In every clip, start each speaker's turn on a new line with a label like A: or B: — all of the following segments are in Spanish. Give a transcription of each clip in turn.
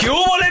A: ¿Qué hubo, le,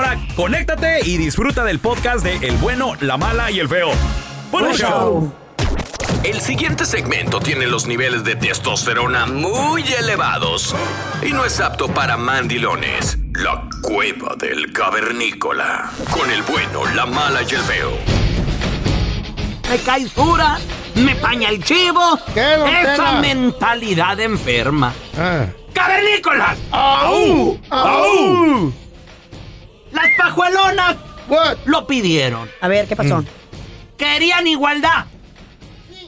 A: conéctate y disfruta del podcast de El bueno, la mala y el feo. Bueno,
B: Buen
A: show.
C: El siguiente segmento tiene los niveles de testosterona muy elevados y no es apto para mandilones. La cueva del cavernícola. Con el bueno, la mala y el feo.
D: Me caes dura, me paña el chivo.
B: don
D: Esa
B: Tela?
D: mentalidad enferma.
A: Ah.
D: ¡Cavernícolas!
B: ¡Au! ¡Au!
D: Las pajuelonas
B: What?
D: lo pidieron. Mm.
E: A ver, ¿qué pasó?
D: Querían igualdad.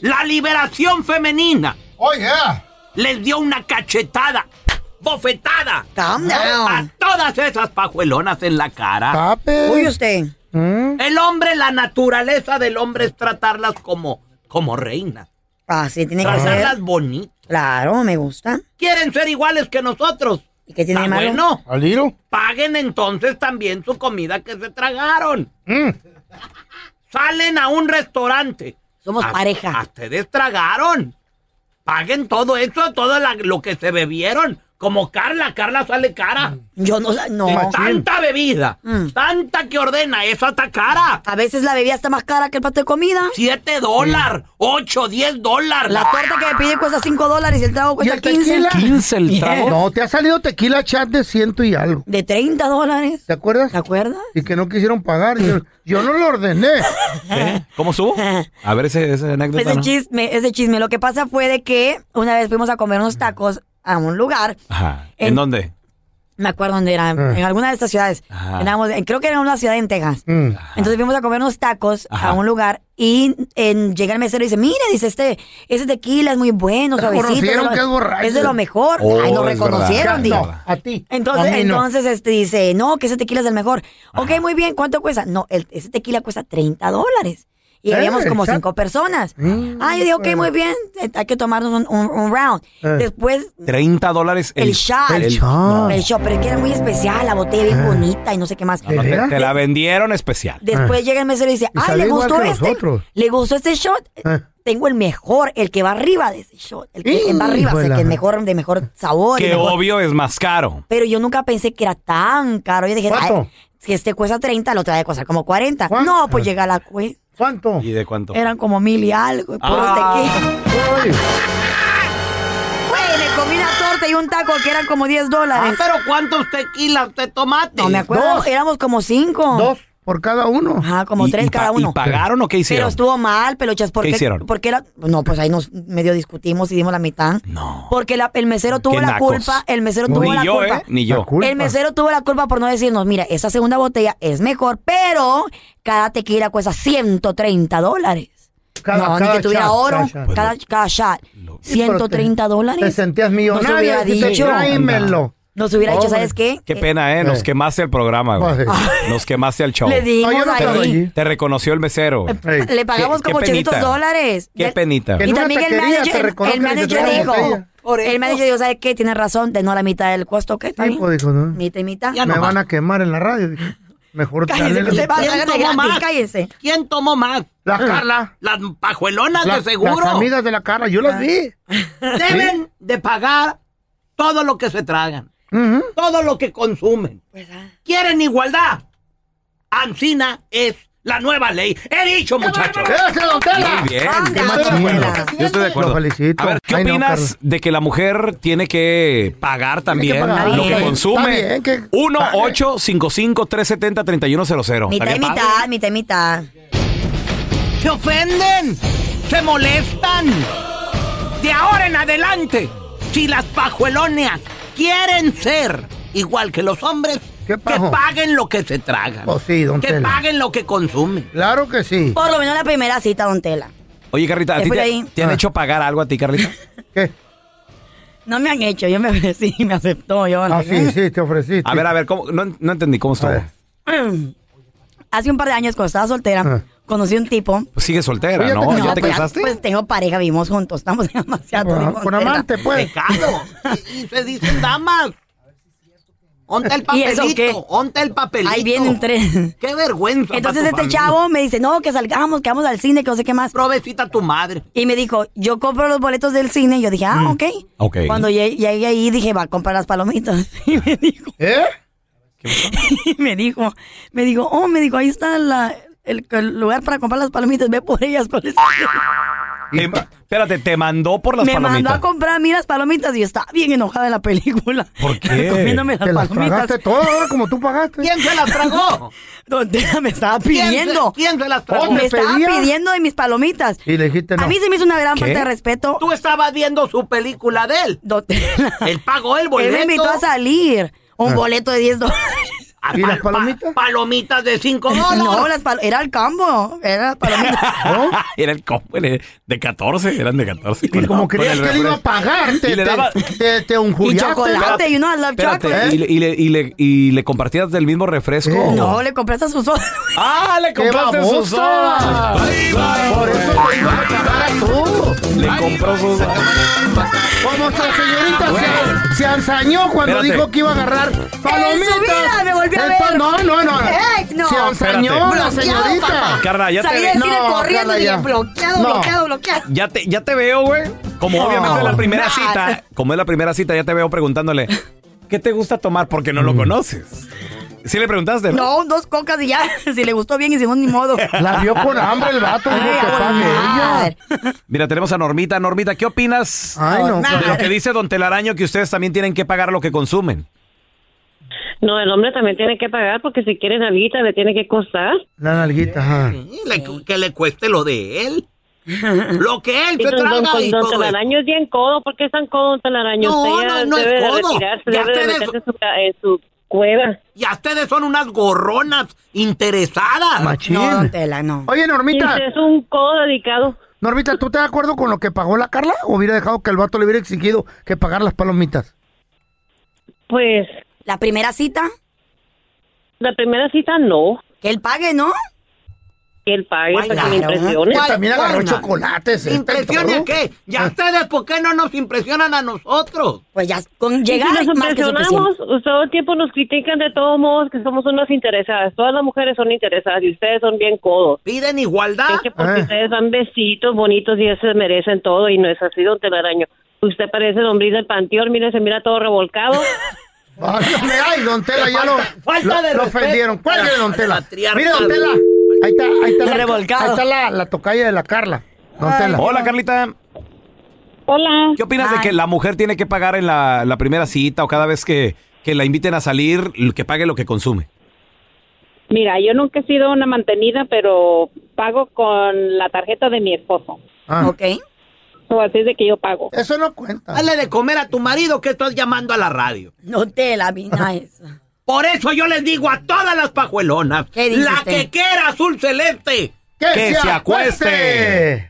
D: La liberación femenina
B: Oh, yeah.
D: les dio una cachetada, bofetada
E: Calm
D: a
E: down.
D: todas esas pajuelonas en la cara.
B: Pape.
E: Uy, usted.
D: El hombre, la naturaleza del hombre es tratarlas como, como reinas.
E: Ah, sí, tiene que ser.
D: Tratarlas bonitas.
E: Claro, me gusta.
D: Quieren ser iguales que nosotros.
E: ¿Y qué tiene de
D: Está
E: malo?
D: Ah, bueno.
B: ¿Al hilo?
D: paguen entonces también su comida que se tragaron. Salen a un restaurante.
E: Somos
D: A- A
E: pareja.
D: ustedes tragaron. Paguen todo eso, todo la- lo que se bebieron. Como Carla, Carla sale cara.
E: Yo no, sa- no. Mm.
D: Tanta bebida, tanta que ordena, esa está cara.
E: A veces la bebida está más cara que el plato de comida.
D: Siete dólares, ocho, diez dólares.
E: La torta que me pide cuesta 5 dólares y el trago
B: ¿Y
E: cuesta
B: el tequila?
E: 15.
F: 15 el trago.
B: No, te ha salido tequila chat de ciento y algo.
E: De 30 dólares.
B: ¿Te acuerdas?
E: ¿Te acuerdas?
B: Y que no quisieron pagar. Yo, yo no lo ordené.
F: ¿Eh? ¿Cómo subo? A ver ese, ese anécdota.
E: Ese
F: ¿no?
E: chisme, ese chisme. Lo que pasa fue de que una vez fuimos a comer unos tacos a un lugar.
F: Ajá. ¿En,
E: En-
F: dónde?
E: Me acuerdo dónde era,
B: Ah.
E: en alguna de estas ciudades.
F: Ajá.
E: Éramos- eh, creo que era una ciudad en Texas.
B: Mm.
E: Entonces fuimos a comer unos tacos a
F: Ajá.
E: un lugar y en- llega el mesero y dice, mire, dice este, ese tequila es muy bueno, suavecito.
B: Reconocieron
E: de lo-
B: que es borracho.
E: de lo mejor.
F: Oh,
E: Ay, nos
F: es verdad.
E: reconocieron,
F: Ya,
E: digo.
F: no.
B: A ti.
E: Entonces,
B: A mí no.
E: entonces este dice, no, que ese tequila es el mejor. Ok, muy bien, ¿cuánto cuesta? No, el- ese tequila cuesta 30 dólares. Y
B: Eh,
E: habíamos como
B: exacto.
E: cinco personas.
B: Mm.
E: ah, yo dije, ok, muy bien, eh, hay que tomarnos un, un- un round.
B: Eh.
E: Después,
F: 30 dólares
E: el, shot.
B: el shot. No.
E: El shot, pero es que era muy especial, la botella bien bonita y no sé qué más.
B: ¿De
F: Eh. Te,
B: veras?
F: te la vendieron especial.
E: Después llega el mesero y dice,
B: Y
E: ah,
B: sabe
E: ¿le
B: igual
E: gustó
B: que
E: este?
B: nosotros.
E: ¿Le gustó este shot?
B: Eh.
E: Tengo el mejor, el que va arriba de ese shot. El que va arriba, o sea,
B: Híjola.
E: que es mejor, de mejor sabor. y
F: que
E: mejor-
F: obvio es más caro.
E: Pero yo nunca pensé que era tan caro. Yo dije,
B: ¿Cuánto? Ah.
E: "Ay, si este cuesta 30, lo te va a costar como 40.
B: ¿Cuánto?
E: No, pues llega la cuenta.
B: ¿Cuánto?
F: ¿Y de cuánto?
E: Eran como mil y algo. y puros
F: Ah.
E: tequilas.
B: Ay,
E: Güey, le comí una torta y un taco que eran como 10
D: Ah,
E: dólares.
D: pero ¿cuántos tequilas te tomaste?
E: no me acuerdo,
B: dos.
E: éramos como 5.
B: Dos por cada uno.
E: Ajá, como
F: ¿Y- y
E: 3
F: pa-
E: cada uno.
F: ¿Y pagaron o qué
E: Pero
F: hicieron?
E: estuvo mal, peluchas. ¿Por
F: ¿Qué
E: qué,
F: hicieron?
E: Porque era, no, pues ahí nos medio discutimos y dimos la mitad.
F: No.
E: Porque la- el mesero tuvo
F: Qué
E: la
F: nacos.
E: culpa. El mesero tuvo
F: Ni
E: la
F: yo,
E: culpa.
F: ¿eh? Ni
B: La
F: yo.
B: culpa.
E: El mesero tuvo la culpa por no decirnos, mira, esa segunda botella es mejor, pero cada tequila cuesta 130 dólares.
B: Cada-
E: no,
B: cada
E: ni que tuviera
B: shot,
E: oro,
B: cada shot.
E: cada, cada shot.
B: Sí, pero te-
E: 130 dólares.
B: Te sentías
E: No se
B: millonario.
E: hubiera
B: dijiste,
E: dicho.
B: tráemelo.
E: Nos hubiera dicho,
B: Hombre.
E: ¿sabes qué?
F: Qué pena, ¿eh? Nos
B: Eh.
F: quemaste el programa, güey.
E: Ay.
F: Nos quemaste el show.
E: Le
F: Te,
E: dimos
B: No, yo no estaba
E: ahí.
B: allí.
F: te reconoció el mesero.
B: Ey.
E: Le pagamos
F: Qué- qué
E: como 800
F: penita.
E: dólares.
F: Qué
E: Del-
F: penita.
B: Que
E: Y
B: en una
E: también el
B: taquería te
E: manager, el,
B: reconozcan que te
E: manager
B: traen
E: dijo,
B: botella.
E: el manager dijo, ¿sabes qué? Tienes razón, de no la mitad del costo, ¿ok? Está
B: Sí,
E: bien.
B: pues, dijo, ¿no?
E: Mitad y mitad.
B: Me van a quemar en la radio. dije. Mejor
E: Cállense,
B: darle
E: que usted
B: la,
E: va a
D: ¿Quién
E: pagar de
D: tomó
E: gratis,
D: más?
E: cállense.
D: ¿Quién tomó más?
B: la Carla.
D: Las pajuelonas
B: la-
D: de seguro.
B: Las amigas de la Carla, yo
E: Ah.
B: las vi.
D: Deben de pagar todo lo que se tragan,
B: Ujú.
D: todo lo que consumen. ¿Quieren igualdad? Ancina es la nueva ley. He dicho, muchachos.
B: ¡Ese, don Tela!
F: Muy bien.
E: Anda,
F: Yo
B: Don
F: estoy de
B: Tela.
F: acuerdo. Yo estoy de
B: Lo
F: acuerdo.
B: felicito.
F: A ver, ¿qué
B: Ay, no,
F: opinas de que la mujer tiene que pagar también
B: pagar.
F: lo
E: Está
F: que
E: bien.
B: Está
F: consume?
B: bien, que
E: Mitad
F: 1-855-370-3100.
E: y
F: ¿Estaría padre?
E: mitad, mitad y mitad.
D: Se ofenden, se molestan. De ahora en adelante, si las pajuelonas quieren ser igual que los hombres,
B: ¿Qué
D: que
B: pajo?
D: paguen lo que se tragan.
B: Pues sí, don
D: que
B: Tela.
D: paguen lo que consumen.
B: Claro que sí.
E: Por lo menos la primera cita, don Tela.
F: Oye, Carlita, ¿a ti
E: Después de
F: te,
E: ahí.
F: te han
B: Ah.
F: hecho pagar algo a ti, Carlita?
B: ¿Qué?
E: No me han hecho, yo me sí, me aceptó, yo. ¿eh?
B: Ah, sí, sí, te ofreciste.
F: A ver, a ver, ¿cómo? No, no entendí cómo estuvo.
B: A ver.
E: Hace un par de años, cuando estaba soltera,
B: Ah.
E: conocí un tipo.
F: Pues sigue soltera,
B: Oye,
F: ¿no?
B: te-
F: ¿Ya te
E: pues,
F: casaste?
E: Pues tengo pareja, vivimos juntos, estamos demasiado.
B: Con,
E: vivimos
B: Ah, con
E: soltera.
B: amante, pues.
D: Pecado. y, y se dicen damas. Onta el
E: ¿Y eso qué?
D: papelito, onta el papelito.
E: Ahí viene un tren.
D: Qué vergüenza.
E: Entonces
D: pa'
E: este
D: tu familia.
E: chavo me dice, no, que salgamos, que vamos al cine, que no sé qué más.
D: Provecita tu madre.
E: Y me dijo, yo compro los boletos del cine. Y yo dije, ah, ok.
F: Ok.
E: Cuando llegué, llegué ahí, dije, va a comprar las palomitas. Y me dijo,
B: ¿Eh?
E: y me dijo, me dijo, oh, me dijo, ahí está la, el, el lugar para comprar las palomitas, ve por ellas. por el cine".
F: Te- espérate, te mandó por las
E: me mandó
F: palomitas.
E: a comprar a mí las palomitas y yo estaba bien enojada de la película.
F: ¿Por qué?
E: Comiéndome las
B: Te las
E: palomitas.
B: pagaste todas ahora como tú pagaste.
D: ¿Quién se las tragó?
E: Donde me estaba
D: ¿Quién se-
E: pidiendo.
D: ¿Quién se las tragó?
B: ¿Dónde?
E: Me
B: Oh, te
E: estaba
B: pedía?
E: pidiendo de mis palomitas.
B: Y le dijiste no.
E: A mí se me hizo una gran
F: ¿Qué?
E: falta de respeto.
D: Tú estabas viendo su película de él.
E: Don Tela.
D: Él pagó el
E: Él
D: boleto.
E: me invitó a salir. Un boleto de 10 dólares.
D: A
B: Ah. ¿Y las palomitas?
D: palomitas de 5 dólares.
E: No, las palo- era el combo. Era las palomitas.
F: Era el combo era de 14, eran de 14.
B: Y como
F: Con el
B: creías que le iba a
F: refresco.
B: pagar, te,
F: Y le
B: te-
F: daba-
B: te, te
E: y
B: unjuriaste.
E: chocolate. Y una love chocolate.
F: Espérate, ¿y, le- y le, y, le, y le compartías del mismo refresco?
B: Eh.
E: No, le compraste a sus ojos.
F: ¡Ah, le
B: ¡Qué
F: compraste sus sodas!
B: babosa! Por eso te iba a pagar a tú.
F: Le compró sus
B: Como esta señorita se, se ensañó cuando
F: Espérate.
B: dijo que iba a agarrar palomitas.
E: su vida me volvió a
B: Esto-
E: ver.
B: No, no, no.
E: Heck, no.
B: Se ensañó
F: Espérate.
B: la señorita.
F: Carla, ya
E: Salí del
F: te,
B: No,
E: cine corriendo
B: Carla,
E: y dije,
B: ya.
E: bloqueado,
B: No.
E: bloqueado, bloqueado.
F: ya te ya te veo, güey. Como obviamente es la primera cita, como es la primera cita, ya te veo preguntándole, ¿qué te gusta tomar? Porque no lo conoces. ¿Sí le preguntaste?
E: No, dos cocas y ya. Si le gustó bien, hicimos ni modo.
B: La vio con hambre el vato.
E: Ay,
B: Dijo que
E: a
B: pague ¿eh?
E: volar.
B: ella.
F: Mira, tenemos a Normita. Normita, ¿qué opinas
B: Ay, no.
F: de lo que dice Don Telaraño que ustedes también tienen que pagar lo que consumen?
G: No, el hombre también tiene que pagar porque si quiere nalguita le tiene que costar.
B: La nalguita, ajá.
D: Sí, le- que le cueste lo de él. Lo que él
G: Y
D: se
G: don, don,
D: traga
G: don-
D: y
G: don
D: todo eso.
G: telaraño es bien codo, ¿por qué es tan codo don telaraño?
D: No,
G: Usted
D: no,
G: ya
D: no es
G: debe de
D: codo.
G: retirarse,
D: Ya
G: debe de
D: ustedes-
G: meterse en su, ca- en su cueva.
D: Y a ustedes son unas gorronas interesadas.
B: Machín.
E: No, don Tela, no.
B: Oye,
G: Y
B: Normita,
G: usted es un codo dedicado.
B: Normita, ¿tú te de acuerdo con lo que pagó la Carla? ¿O hubiera dejado que el vato le hubiera exigido que pagar las palomitas?
G: Pues
E: La primera cita,
G: la primera cita no,
E: que él pague, ¿no?
G: que él pague
D: Guay,
G: para que me
E: claro.
G: impresione.
B: Pues también agarró Ah.
D: Guayna.
B: chocolates. este,
D: ¿Impresione
B: todo.
D: a qué? ¿Y a ustedes por qué no nos impresionan a nosotros?
E: Pues ya, con
G: Y
E: llegar
G: si nos
E: más que suficiente.
G: impresionamos, todo el tiempo nos critican de todos modos que somos unas interesadas. Todas las mujeres son interesadas y ustedes son bien codos.
D: Piden igualdad.
G: Es que porque
B: Ah.
G: ustedes dan besitos bonitos y se merecen todo y no es así, don Telaraño. Usted parece lombriz del panteón, mire, se mira todo revolcado.
B: Válgame, ay, don Tela, ya lo,
D: falta de
B: lo- lo
D: respeto.
B: ofendieron. Cuélguele, don Tela.
D: Patriarca.
B: Mire, don Tela, ahí está, ahí está, la,
E: Revolcado.
B: ahí está la, la tocaya de la Carla. Don Tela.
F: Hola, Carlita.
G: Hola.
F: ¿Qué opinas de
E: Ay.
F: que la mujer tiene que pagar en la, la primera cita o cada vez que, que la inviten a salir, que pague lo que consume?
G: Mira, yo nunca he sido una mantenida, pero pago con la tarjeta de mi esposo.
B: Ah,
E: Ok.
G: O así es de que yo pago.
B: Eso no cuenta.
D: Dale de comer a tu marido que estás llamando a la radio.
E: No te la mina esa.
D: Por eso yo les digo a todas las pajuelonas,
E: ¿Qué dice
D: la
E: usted?
D: que quiera azul celeste.
B: ¡Que,
F: que se acueste!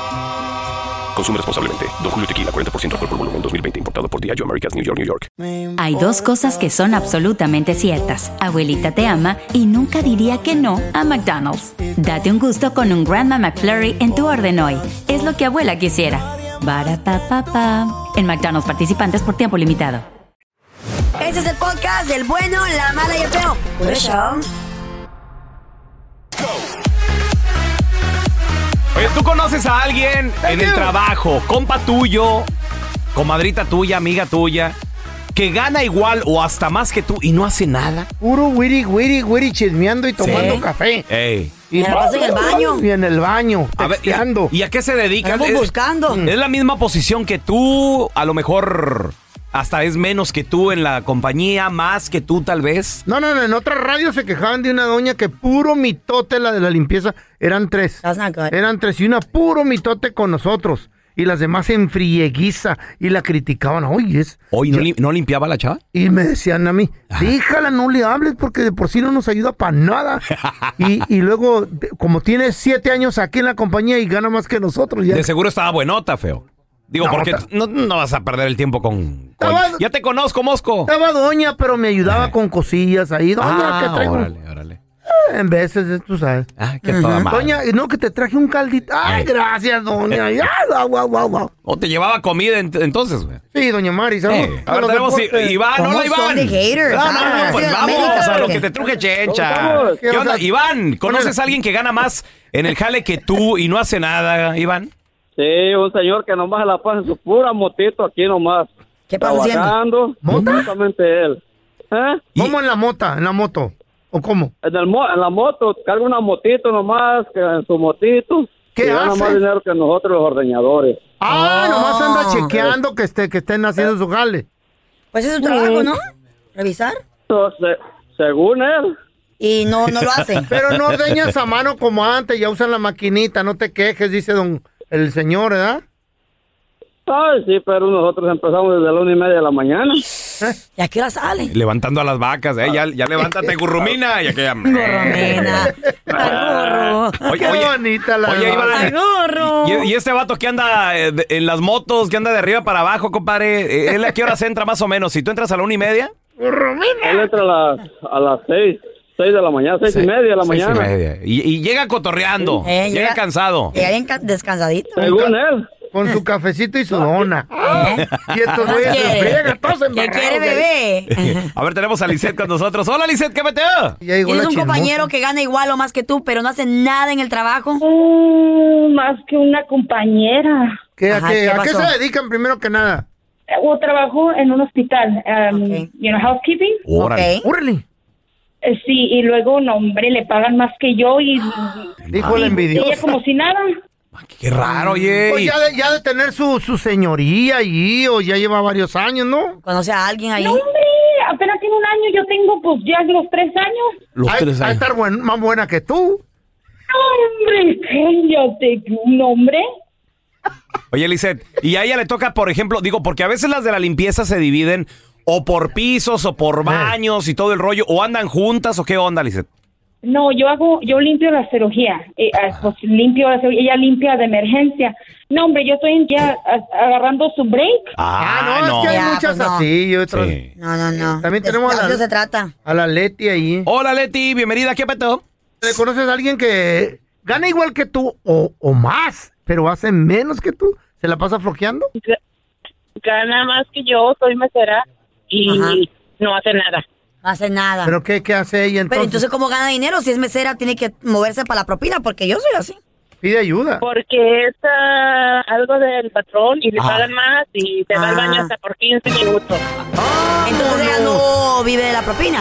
H: Consume responsablemente. Don Julio Tequila, 40% alcohol por volumen, 2020. Importado por Diageo Americas, New York, New York.
I: Hay dos cosas que son absolutamente ciertas. Abuelita te ama y nunca diría que no a McDonald's. Date un gusto con un Grandma McFlurry en tu orden hoy. Es lo que abuela quisiera. Barapapapa. En McDonald's participantes por tiempo limitado.
E: Este es el podcast del bueno, la mala y el feo. Por
G: Pues
E: eso.
F: Oye, tú conoces a alguien en el trabajo, compa tuyo, comadrita tuya, amiga tuya, que gana igual o hasta más que tú y no hace nada.
B: Puro wiri, wiri, wiri, chismeando y tomando café.
F: Ey.
B: Y
E: la pasa en el baño.
B: Y en el baño,
F: A ver, ¿y,
B: texteando.
F: y a qué se dedica?
E: Estamos
F: Es-
E: buscando.
F: Es la misma posición que tú, a lo mejor hasta es menos que tú en la compañía, más que tú tal vez.
B: No, no, no, en otra radio se quejaban de una doña que puro mitote la de la limpieza. Eran tres.
E: That's not good.
B: Eran tres y una puro mitote con nosotros. Y las demás en frieguiza y la criticaban. Oye, es.
F: Hoy no, lim- no limpiaba la chava.
B: Y me decían a mí, déjala, no le hables porque de por sí no nos ayuda para nada. Y, y luego, de- como tiene siete años aquí en la compañía y gana más que nosotros, ya
F: De seguro estaba buenota, feo. Digo,
B: No,
F: porque
B: ta-
F: no, no vas a perder el tiempo con. con-
B: Estaba-
F: Ya te conozco, Mosco.
B: estaba doña, pero me ayudaba con cosillas ahí. Doña,
F: Eh. Ah,
B: que traigo
F: órale, órale.
B: en veces, eh, tú sabes.
F: Ah, que toda madre.
B: Doña, no, que te traje un caldito. Ay,
F: Ey.
B: gracias, doña. Ya, guau, guau, guau, guau.
F: O te llevaba comida ent- entonces, güey.
B: Sí, doña Mari, saludos.
F: Eh,
B: a
F: ahora
B: los
F: tenemos I-
B: deportes.
F: Iván,
E: ¿Cómo
F: hola
E: son
F: Iván.
E: de haters?
F: No, no, no,
E: Ah,
F: pues
E: sí,
F: vamos
E: América,
F: a lo
E: ¿qué?
F: que te truje
B: ¿Cómo
F: chencha.
B: estamos?
F: ¿Qué onda,
B: Quiero-
F: Iván? ¿Conoces a alguien que gana más en el jale que tú y no hace nada, Iván?
J: Sí, un señor que nomás se la pasa en su pura motito aquí nomás.
E: ¿Qué pasa haciendo?
J: Trabajando.
B: ¿Mota?
J: Justamente él. ¿Eh?
B: ¿Cómo en la mota, en la moto? ¿O cómo?
J: En, el mo- en la moto, carga una motito nomás, que en su motito.
B: ¿Qué
J: y gana
B: hace?
J: más dinero que nosotros los ordeñadores.
B: Ah,
E: Ah. eh.
B: nomás anda chequeando que, esté, que estén haciendo su jale.
E: Pues es su trabajo, ¿no? Revisar.
J: Entonces, según él,
E: Y no, no lo hacen.
B: Pero no ordeñas a mano como antes, ya usan la maquinita, no te quejes, dice don el señor, ¿verdad?
J: ay, sí, pero nosotros empezamos desde la una y media de la mañana.
E: ¿Y a qué hora salen?
F: Levantando a las vacas, ¿eh? Ya, ya levántate, gurrumina. Y aquella...
E: Gorromena. Al gorro.
F: Oye,
B: Qué bonita la
F: oye, Iván.
E: Al gorro.
F: Y, y este vato que anda eh, de- en las motos, que anda de arriba para abajo, compadre, eh, ¿él a qué horas entra más o menos? Si tú entras a la una y media.
J: Él entra a las, a las seis, seis de la mañana, seis y media de la
F: Seis y
J: mañana.
F: media. Y, y llega cotorreando.
E: Eh,
F: llega, cansado.
E: Llega bien ca- descansadito.
J: Según él.
B: Con su cafecito y su dona. Y estos
E: ¿Qué
B: güeyes se
E: quiere?
B: friegan, todos
E: ¿Qué
B: embarrados.
E: quiere, bebé?
F: A ver, tenemos a Lisette con nosotros. Hola, Lisette, ¿qué meteo?
B: Ya llegó
E: Tienes
B: la
E: un
B: chismosa.
E: compañero que gana igual o más que tú, pero no hace nada en el trabajo.
K: Mm,
G: más que una compañera.
B: ¿Qué, a,
E: Ajá,
B: qué,
E: ¿qué
B: a qué
E: pasó?
B: se dedican primero que nada?
G: O Eh, trabajo en un hospital, um,
E: Ok.
G: you know, housekeeping.
F: Órale.
E: Ok.
B: Órale,
G: Eh, sí, y luego, no, hombre, le pagan más que yo y,
B: dijo el
G: y ella
B: envidioso.
G: como si nada.
F: Qué raro, oye.
B: Pues ya de, ya de tener su, su señoría allí, o ya lleva varios años, ¿no?
E: Conoce a alguien ahí.
G: No, hombre, apenas tiene un año, yo tengo pues ya los tres años.
F: Los
B: Ha-
F: tres
B: ha de
F: años.
B: estar buen- más buena que tú.
G: No, hombre, cállate, que un hombre.
F: Oye, Lisette, y a ella le toca, por ejemplo, digo, porque a veces las de la limpieza se dividen o por pisos o por baños y todo el rollo, o andan juntas o qué onda, Lisette.
G: No, yo hago, yo limpio la cirugía, eh, ah, pues limpio, la cirugía, ella limpia de emergencia. No, hombre, yo estoy ya a- agarrando su break.
B: Ah, no, es que hay
E: Ya,
B: muchas
E: pues no.
B: así. y otras-
F: Sí.
E: No, no, no.
B: Eh, También
E: De
B: tenemos a la-
E: espacio se trata.
B: A la Leti ahí.
F: Hola, Leti, bienvenida, ¿qué peteo?
B: ¿Le conoces a alguien que gana igual que tú o, o más, pero hace menos que tú? ¿Se la pasa floqueando?
K: gana más que yo, soy mesera y
E: Ajá.
K: no hace nada.
E: No hace nada.
B: ¿Pero qué, qué hace ella
E: Pero
B: entonces?
E: entonces, ¿cómo gana dinero? Si es mesera, tiene que moverse para la propina, porque yo soy así.
B: Pide ayuda.
K: Porque es ah, algo del patrón y le
B: Ah.
K: pagan más y se va al baño
E: Ah.
K: hasta por 15 minutos.
E: Entonces ella no vive de la propina.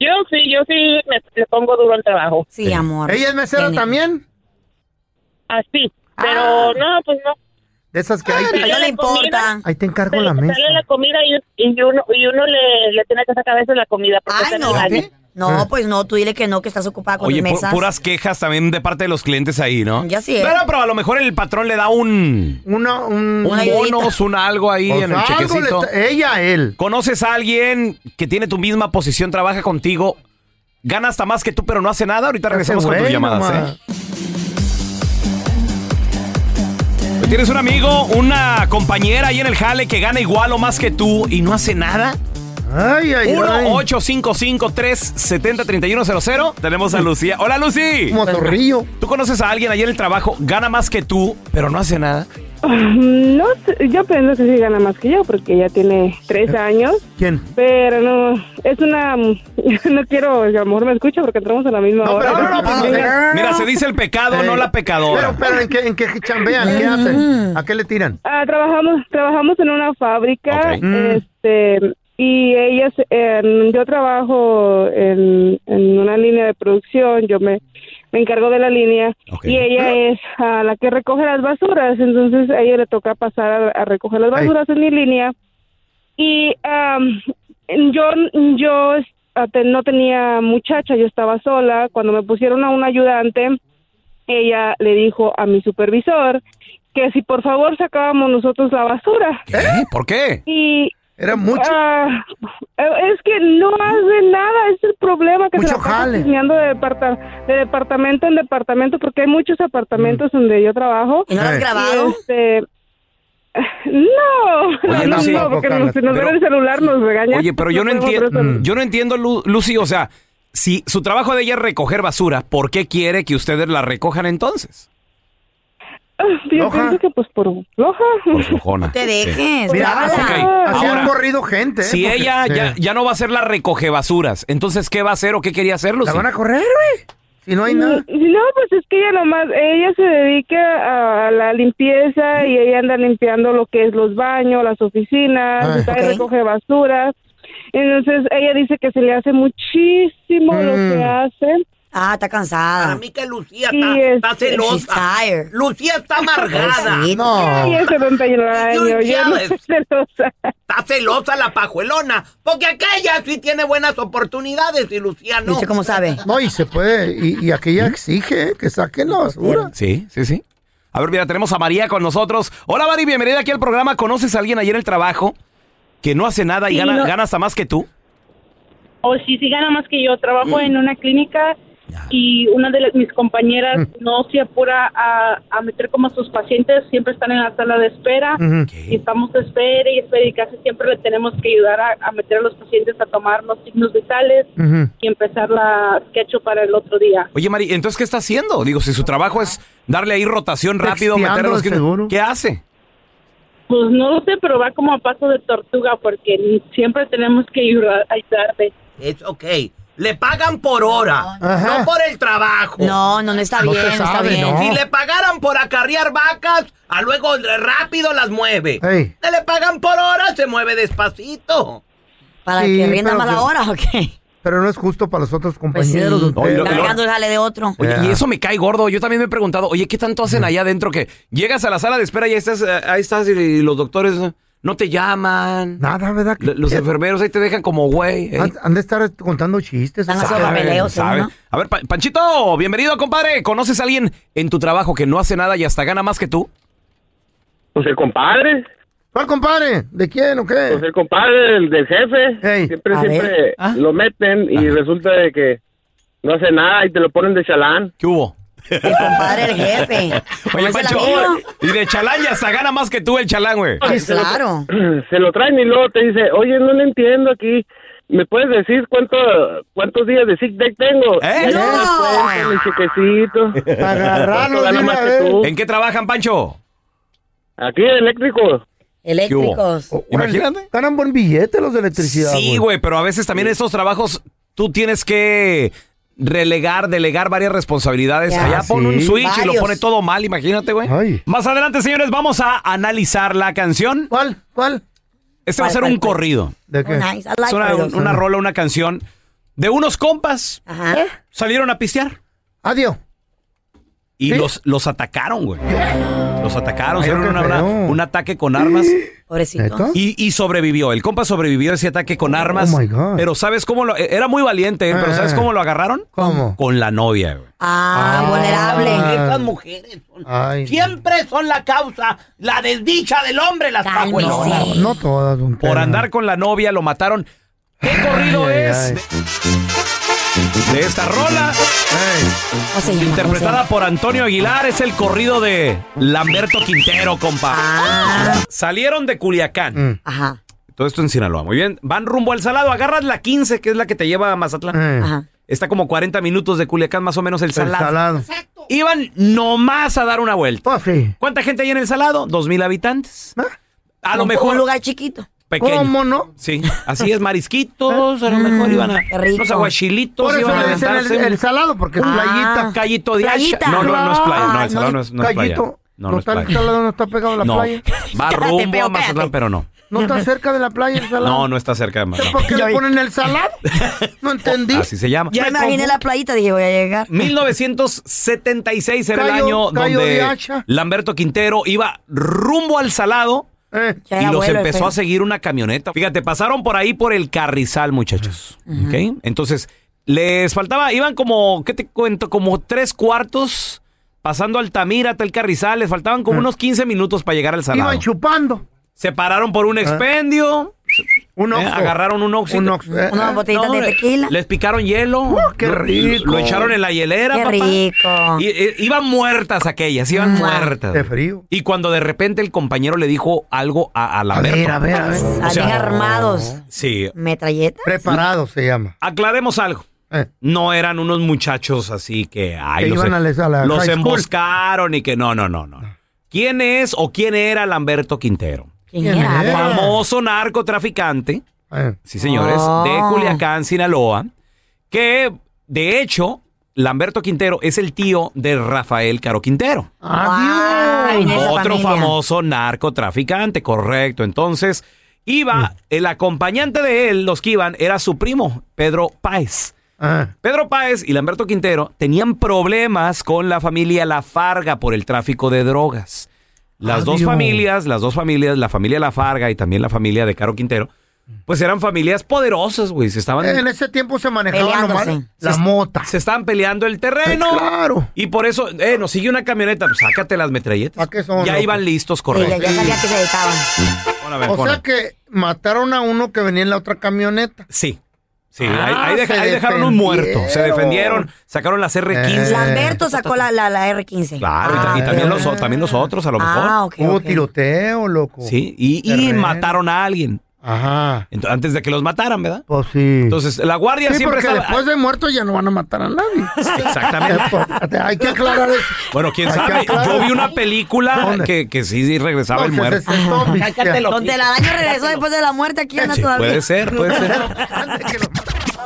K: Yo sí, yo sí me, le pongo duro al trabajo.
E: Sí, amor.
B: ¿Ella es mesera también? Ah.
K: Así, pero no, pues no.
B: De esas que hay.
K: Sale la comida-
B: Ahí te encargo la mesa.
K: Sale la comida y, y uno, y uno le, le tiene que sacar a veces la comida. porque está en
E: Ay,
K: el
E: no.
K: baño.
E: No, pues no, tú dile que no, que estás ocupada con
F: Oye,
E: tus
F: pu-
E: mesas.
F: puras quejas también de parte de los clientes ahí, ¿no?
E: Ya sí es.
F: Pero, pero a lo mejor el patrón le da un...
B: Uno, un,
F: Un bonus, un algo ahí
B: Pues
F: en el
B: algo le
F: chequecito.
B: está- ella, él.
F: ¿Conoces a alguien que tiene tu misma posición, trabaja contigo, gana hasta más que tú, pero no hace nada? Ahorita regresamos con tus
B: güey
F: llamadas,
B: nomás.
F: ¿eh? ¿Tienes un amigo, una compañera ahí en el jale que gana igual o más que tú y no hace nada?
B: Ay, ay, ay.
F: 1-855-370-3100. Tenemos a Lucía. Hola, Lucy.
B: Como zorrillo.
F: ¿Tú conoces a alguien ahí en el trabajo, gana más que tú, pero no hace nada?
L: No sé, yo pienso que sí gana más que yo porque ya tiene
B: Eh.
L: tres años.
B: ¿Quién?
L: Pero no, es una... No quiero, a lo mejor me escucha porque entramos a la misma hora.
F: Mira, se dice el pecado, no la pecadora.
B: Pero, pero ¿en qué, en qué chambean? ¿Qué hacen? ¿A qué le tiran?
L: Ah, trabajamos, trabajamos en una fábrica,
B: Ok. Mm.
L: este, y ellas, eh, yo trabajo en, en una línea de producción, yo me, me encargo de la línea, y ella es ah, la que recoge las basuras, entonces a ella le toca pasar a, a recoger las basuras en mi línea, y am, yo, yo ah, te- no tenía muchacha, yo estaba sola, cuando me pusieron a un ayudante, ella le dijo a mi supervisor que si por favor sacábamos nosotros la basura.
F: ¿Eh? ¿Por qué?
L: Y ah,
B: era mucho.
L: es que no hace nada, es el problema que se la pasa chismeando de, departa- de departamento en departamento porque hay muchos apartamentos
F: Mm.
L: donde yo trabajo.
E: ¿Y no lo has
L: Eh.
E: grabado?
L: Este, no,
F: Oye,
L: no, no,
F: Lucy.
L: no, porque nos, si nos
F: Pero-
L: ven el celular nos regañan.
F: Oye, pero yo no
L: podemos
F: entiendo,
L: hacer eso.
F: yo no entiendo, Lu- Lucy, o sea, si su trabajo de ella es recoger basura, ¿por qué quiere que ustedes la recojan entonces?
L: Yo pienso que pues por floja.
F: Flojona.
L: Te dejes,
F: Sí.
L: brávala.
F: Ok,
B: Así
F: ahora,
B: han corrido gente. ¿eh?
F: si
B: Porque-
F: ella ya,
B: Sí.
F: ya no va a ser la recoge basuras, entonces ¿qué va a hacer o qué quería hacer, Lucy?
B: ¿La van a correr, güey? Si
L: Mm.
B: no hay nada.
L: No, pues es que ella nomás, ella se dedica a la limpieza y ella anda limpiando lo que es los baños, las oficinas,
B: Ah,
L: también
B: ok.
L: recoge basura. Entonces ella dice que se le hace muchísimo lo que
B: Mm.
L: hace.
E: Ah, está cansada. A mí
D: que Lucía
L: está- está celosa.
D: Lucía está amargada.
L: Ay, ese 71 años, yo no soy celosa.
D: Está celosa la pajuelona, porque aquella sí tiene buenas oportunidades y Lucía no.
B: cómo sabe? No, y se puede. Y, y aquella exige ¿eh? que saquen la basura.
F: ¿Mm? Sí, sí, sí. A ver, mira, tenemos a María con nosotros. Hola, Mari, bienvenida aquí al programa. ¿Conoces a alguien ahí en el trabajo que no hace nada y
K: Sí,
F: gana,
K: no.
F: gana hasta más que tú?
K: O si sí gana más que yo. Trabajo en una clínica y una de las- mis compañeras no se apura a, a meter como a sus pacientes. Siempre están en la sala de espera
M: Ujú.
K: y estamos de espera y espera y casi siempre le tenemos que ayudar a, a meter a los pacientes a tomar los signos vitales y empezar la sketch para el otro día.
F: Oye, Mari, ¿entonces qué está haciendo? Digo, si su trabajo es darle ahí rotación rápido,
K: Texteando,
F: meterlos...
K: de
F: ¿Qué hace?
K: Pues no lo sé, pero va como a paso de tortuga porque siempre tenemos que ayudar, ayudarle.
D: Es ok. Le pagan por hora, no por el trabajo.
E: No, no, no está
D: No
E: bien,
D: se
E: no está
D: sabe,
E: bien.
D: ¿no? Si le pagaran por acarrear vacas, a luego rápido las mueve.
B: Ey.
D: Se le pagan por hora, se mueve despacito.
B: Sí, pero
E: mala
B: que-
E: hora, ¿o qué?
B: Pero no es justo para los otros compañeros. de
F: Mm. Oye,
B: ustedes.
F: lo- Ah. lo-
E: Cargando el jale de otro.
F: Oye, y eso me cae gordo. Yo también me he preguntado, oye, ¿qué tanto hacen allá adentro que llegas a la sala de espera y ahí estás, eh, ahí estás y los doctores eh, no te llaman?
B: Nada, ¿verdad?
F: L- Los enfermeros ahí te dejan como güey. eh.
B: Han, han de estar contando chistes.
E: Están
B: ¿sabes?
E: ¿eh,
F: Sabe. A ver, Pa- Panchito, bienvenido, compadre. ¿Conoces a alguien en tu trabajo que no hace nada y hasta gana más que tú?
J: Pues el compadre.
B: ¿Cuál compadre? ¿De quién o qué?
J: Pues el compadre del, del jefe. siempre,
B: a
J: siempre
B: ver.
J: lo meten y resulta de que no hace nada y te lo ponen de chalán.
F: ¿Qué hubo?
E: Padre el jefe. es
F: Oye,
E: Pues el
F: Pancho,
E: amigo? Pues
F: y de chalán y hasta gana más que tú el chalán, güey.
J: Se lo- se lo traen y luego te dice, oye, no le entiendo aquí. ¿Me puedes decir cuánto, cuántos días de sick day tengo? Y ahí me
F: ¿Eh?
J: cuentan, mi
L: pues.
G: Ah,
J: chiquecito.
F: Agarrarlo
J: ¿Cuánto gana
F: de
J: más
F: una
J: que tú?
F: ¿En qué trabajan, Pancho?
J: Aquí, eléctrico.
E: Eléctricos.
B: Oh, órale, Ganan buen billete los de electricidad.
F: eh? Sí, güey, pero a veces también esos trabajos tú tienes que relegar, delegar varias responsabilidades.
A: Ya,
F: Allá pone un
A: sí.
F: switch y
A: Varios.
F: lo pone todo mal, imagínate, güey. Más adelante, señores, vamos a analizar la canción.
B: ¿Cuál? ¿Cuál?
F: Este va a
B: ¿Cuál,
F: ser
B: cuál,
F: un
B: cuál?
F: corrido.
B: ¿De qué? Oh, nice. I like
F: es una,
B: corridos.
F: una
B: Ajá.
F: rola, una canción de unos compas.
E: Ajá.
F: Salieron a pistear.
B: Adiós.
F: Y los, los atacaron, güey. Los atacaron,
A: Ay,
F: hicieron
A: qué
F: una-
A: feo.
F: un ataque con armas.
E: Pobrecito.
F: Y, y sobrevivió. El compa sobrevivió a ese ataque con armas.
B: Oh my God.
F: Pero ¿sabes cómo lo.? Era muy valiente, ¿eh? pero ¿sabes
B: Ah.
F: cómo lo agarraron?
B: ¿Cómo?
F: Con la novia, güey.
E: Ah,
B: vulnerable.
D: Esas mujeres son- siempre son la causa, la desdicha del hombre, las pajuelonas.
B: No, no todas. don
F: Pues, Por
B: Tela.
F: andar con la novia lo mataron. ¿Qué corrido es? De esta rola.
E: Pues
F: Interpretada por Antonio Aguilar, es el corrido de Lamberto Quintero, compa. Salieron de Culiacán.
E: Ah.
B: Mm.
E: Ajá.
F: Todo esto en Sinaloa. Muy bien. Van rumbo al salado. Agarras la 15, que es la que te lleva a Mazatlán.
B: Mm.
E: Ajá.
F: Está como 40 minutos de Culiacán, más o menos el
B: El
F: salado.
B: salado.
F: Iban nomás a dar una vuelta.
B: Ah,
F: ¿Cuánta gente hay en el salado? Dos mil habitantes. A lo
E: Un-
F: mejor.
E: Un lugar chiquito.
F: Pequeño.
E: ¿Cómo
B: no? Ah. Mm.
F: Sí, así es, marisquitos, a lo mejor iban a
E: Qué rico.
F: unos aguachilitos,
B: Por eso
F: iban a
B: le dicen el-
F: aventarse un-
B: el salado, porque es playita.
F: Callito de
B: Ah. Playita.
F: hacha. No, no, no es playa, no,
B: Claro,
F: el salado no es, no es playa.
B: Callito.
F: No,
B: No,
F: no es
B: está el
F: playa.
B: salado, no está pegado a la
F: No,
B: playa.
F: va
B: Cállate,
F: rumbo
B: feo,
F: a Mazatlán,
B: cállate.
F: pero no.
B: No está cerca de la playa el salado.
F: No, no está cerca de Mazatlán.
B: ¿Por qué le ponen el salado? No entendí.
F: Así se llama.
E: Yo me imaginé la playita, dije, voy a llegar.
F: 1976 era el
E: Cayó-
F: año
E: cayó de
F: donde
E: hacha.
F: Lamberto Quintero iba rumbo al salado
E: Ya
F: Eh, y
E: era
F: los
E: abuelo,
F: empezó
E: el
F: a seguir una camioneta. Fíjate, pasaron por ahí por el carrizal, muchachos. ¿ok? Entonces, les faltaba, iban como, ¿qué te cuento? Como tres cuartos pasando Altamira hasta el carrizal. Les faltaban como unos 15 minutos para llegar al salado.
B: Iban chupando.
F: Se pararon por un expendio.
B: Un
F: eh,
B: Oxxo.
F: agarraron un oxo.
B: Un Oxxo, eh. Unas
E: botellitas de
F: le-
E: tequila.
F: Les picaron hielo.
B: qué
F: Lo-
B: rico.
F: Lo echaron en la hielera,
E: Qué
F: papá.
E: rico.
F: Y, eh, iban muertas aquellas, iban muertas.
B: De frío.
F: Y cuando de repente el compañero le dijo algo a, a la
B: ver, a ver, a ver.
E: Salen armados.
F: Sí.
E: Metralleta.
B: Preparados se llama.
F: Aclaremos algo. No eran unos muchachos así que...
B: Eh.
F: ay,
B: Que
F: los
B: iban
F: en-
B: a la- a la
F: los
B: high school.
F: emboscaron y que no, no, no, no. ¿Quién es o quién era Lamberto Quintero?
E: ¿Quién era? A ver.
F: Famoso narcotraficante.
B: Eh.
F: Sí, señores.
E: Oh.
F: De Culiacán, Sinaloa. Que, de hecho, Lamberto Quintero es el tío de Rafael Caro Quintero.
E: Ay, en esa
F: Otro
E: familia.
F: famoso narcotraficante, correcto. Entonces, iba, el acompañante de él, los que iban, era su primo, Pedro Páez. Pedro Páez y Lamberto Quintero tenían problemas con la familia La Farga por el tráfico de drogas. Las
A: Ah,
F: dos
A: Dios.
F: familias, las dos familias, la familia La Farga y también la familia de Caro Quintero, pues eran familias poderosas, güey. Se estaban
B: En ese tiempo se manejaba
F: Peleándose.
B: nomás
F: Se
B: la
F: est-
B: mota.
F: Se estaban peleando el terreno.
B: Pues claro.
F: Y por eso, eh, nos sigue una camioneta. pues, sácate las metralletas.
B: son,
F: ya
B: loco?
F: iban listos,
E: Sí,
F: correcto.
E: ya sabía que se dedicaban.
F: Ponla, a ver,
B: O
F: ponla.
B: sea que mataron a uno que venía en la otra camioneta.
F: Sí. Sí,
B: Ah,
F: ahí, ahí deja-
B: se
F: ahí dejaron un muerto. Se
B: defendieron. Eh.
F: defendieron, sacaron las R15.
E: Lamberto sacó la, la, la R15.
F: Claro, y ta- y, también, los, o- también los otros, a lo mejor.
E: Ah, ok,
B: Hubo
E: ok.
B: tiroteo, loco.
F: Sí, y, y
B: Terreno.
F: mataron a alguien.
B: Ajá.
F: antes de que los mataran, ¿verdad?
B: Pues sí.
F: Entonces, la guardia
B: Sí,
F: siempre
B: porque
F: estaba...
B: después de muerto ya no van a matar a nadie.
F: Exactamente.
B: Hay que aclarar eso.
F: Bueno, quién
B: Ay,
F: sabe.
B: qué claro.
F: Yo vi una película que, que sí, sí regresaba
B: pues
F: el muerto.
E: Don Telaraño regresó después de la muerte aquí anda
F: Sí,
E: todavía.
F: puede ser, puede ser.